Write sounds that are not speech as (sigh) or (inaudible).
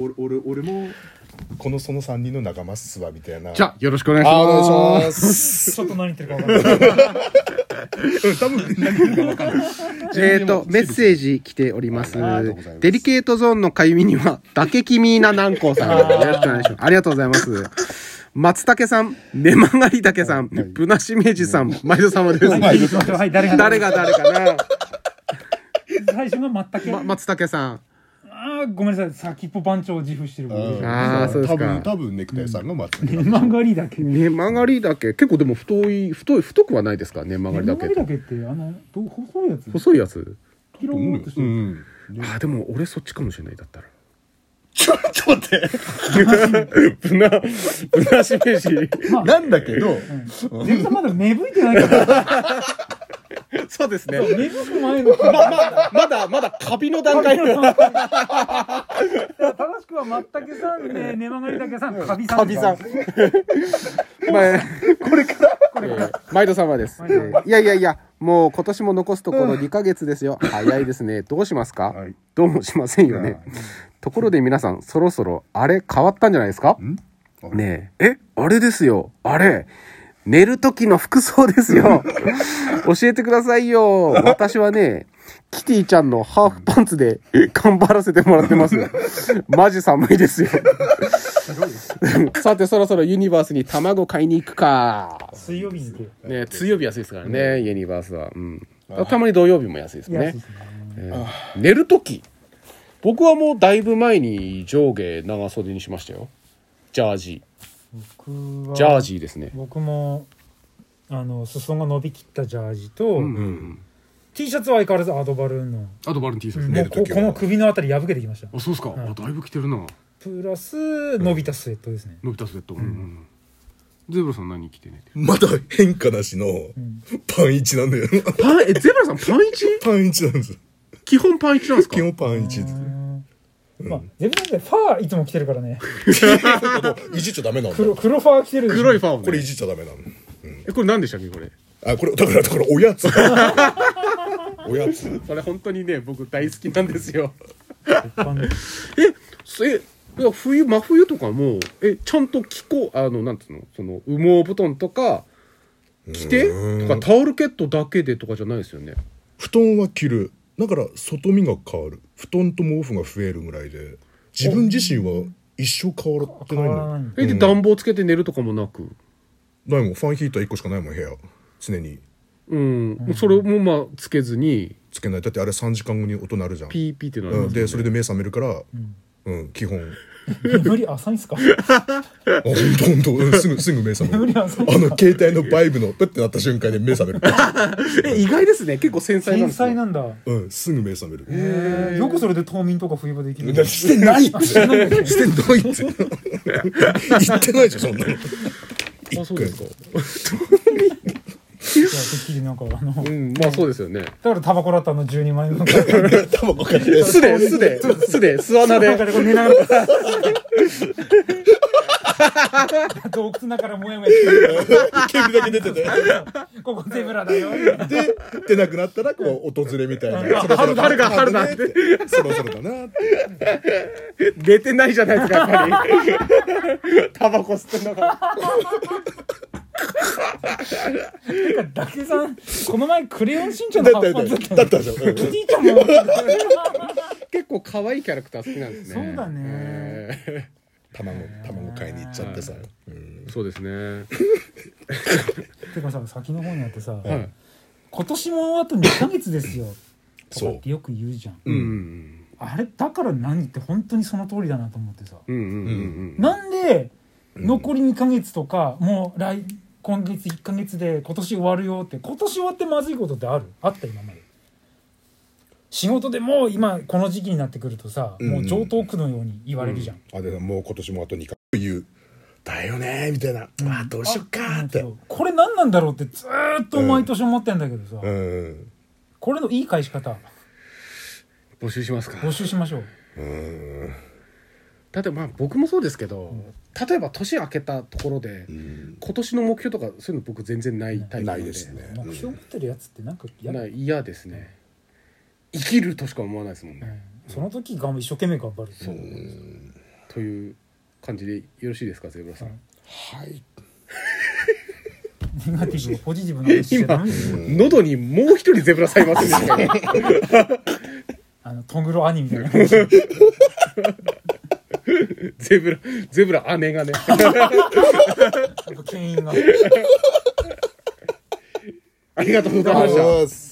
俺俺もこのその3人の仲間っすわみたいなじゃあ、よろしくお願いしあーます。お願いし (laughs) ますちょっと何言ってるか分かんない。多分みんな見てるか分かんないえー、と、メッセージ来ております。ありがとうございますデリケートゾーンのかゆみには、だけきみな南光さん。よろしくお願いします。ありがとうございます。松竹さん、根曲がり竹さん、ぶなしめじさん、毎度様です。はい、行きましょう。はい、誰が誰が誰か最初が全く。な。ま、松竹さん。あーごめんなさい。先っぽ番長を自負してるもんね。あーそうですか多分多分ネクタイさんが待ってる曲がりだけ。根曲がり竹、結構でも太い、太い、太くはないですか根曲がり曲がり竹だ。けって、あの、どう細いやつ。細いやつ。キロうーっんとしてうる。んあー、でも俺そっちかもしれない、だったら。ちょっと待って (laughs) ぶな、ぶなしめじ。なんだけどジェフさんまだ芽吹いてないから、そうですね。芽吹く前の。ま、ま、まだ、まだカビの段階の。正しくはまったけさんで、 (laughs) 根曲がりだけさん、カビさん。カビさん。まあ、これから。毎度様です。えーいやいやいや、もう今年も残すところ2ヶ月ですよ。早いですね。どうしますかはいどうもしませんよね。ところで皆さん、そろそろあれ変わったんじゃないですかねえ。え、あれですよ。あれ。寝る時の服装です (laughs) よ。教えてくださいよ。私はね、キティちゃんのハーフパンツで頑張らせてもらってますよ。マジ寒いですよ。さて、そろそろユニバースに卵買いに行くか。水曜日に行け。ね、水曜日安いですからね、ユニバースは。うん。あたまに土曜日も安いですもん安いねで。すね。寝るとき。僕はもうだいぶ前に上下長袖にしましたよ。ジャージ。僕はジャージですね。僕もあの裾が伸びきったジャージと、うんうん。 T シャツは相変わらずアドバルーンの、あとバルン T シャツもねう。ここの首のあたり破けてきましたあ、そうですか。あ、だいぶ着てるな。プラス伸びたスウェットですね、伸びたスウェット。うんうん。ゼブラさん何着て寝てるまだ変化なしのパンイチなんだよ。 (laughs) パン、え、ゼブラさんパン一パンイチなんです。基本パン一なんですか基本パンイチです。まあゼブラさんってファーいつも着てるからね (laughs) いじっちゃダメなの黒黒ファー着てるでしょ黒いファンをね。これいじっちゃダメなの。え、これ何でしたっけこれ。あ、これ、だから、だから、おや (laughs) つ。おやつ。それ本当にね、僕大好きなんですよ。一般のえ、え、だから冬、真冬とかも、え、ちゃんと着こう、あの、なんつうの、その、羽毛布団とか、着てとか、タオルケットだけでとかじゃないですよね。布団は着る。だから、外見が変わる。布団と毛布が増えるぐらいで。自分自身は一生変わってない変わらないの。んだえ、で、暖房つけて寝るとかもなく。ないもん、ファンヒーター1個しかないもん、部屋。常に。うん。それもまあ、つけずに、つけない。だって、あれ3時間後に音鳴るじゃん。ピーピーってなりうまん、す。で、それで目覚めるから、うん、基本。眠り浅いんすかあ、ほんとほんとうん、すぐ、すぐ目覚める。あの、携帯のバイブの、プってなった瞬間で目覚める。え、意外ですね。結構繊細なん天ですね才なんだうん、すぐ目覚める。よくそれで冬眠とか冬場できるだってしてないって。 (laughs) してないって。言ってないじゃん、そんなの。あ、そうですか。いやてっきりなんかあのだうん、まあそうですよね。からタバコだったの12万円のタバコ買って。素で、素で、素で、素穴なんかで。でこう寝ながら洞窟だからモヤモヤしてる煙だけ出てて。ここゼブラだよ。で、出なくなったら、こう、訪れみたいな。そろそろ春が春だねって。そろそろだなって。出てないじゃないですか、やっぱ (laughs) り。タバコ吸ってなかった。てか、ダケさん、この前クレヨンしんちゃんのだっ葉ったぱだずっっとただったじゃん。うん聞いたもん。結構可愛いキャラクター好きなんですね。そうだねえー卵、卵買いに行っちゃってさ。そうですね。てかさ、先の方にあってさ、今年もあと2ヶ月ですよ。とかってよく言うじゃん。うん。あれ、だから何って本当にその通りだなと思ってさ。うんうんうんなんで、残り2ヶ月とか、もう来、今月1ヶ月で今年終わるよって、今年終わってまずいことってあるあった今まで。仕事でもう今この時期になってくるとさ、もう上等句のように言われるじゃん、あ、でももう今年もあと2回言う。だよねーみたいな。まあ、どうしよっかーって。これ何なんだろうってずーっと毎年思ってんだけどさ、うん。これのいい返し方募集しますか。募集しましょうだってまあ僕もそうですけど、例えば年明けたところで、今年の目標とかそういうの僕全然ないタイプななんいで。ですね。目標持ってるやつってなんか嫌だ、ない嫌ですね。生きるとしか思わないですもんね。その時が一生懸命頑張るそう。とという感じでよろしいですかゼブラさん、はいネガティブポジティブな話しちゃダメですよ喉にもう一人ゼブラさんいますね (laughs) あのトングロ兄みたいな (laughs) 感じゼブラゼブラ姉が (laughs) ねやっぱ牽引がありがとうございあまりしがとうございたます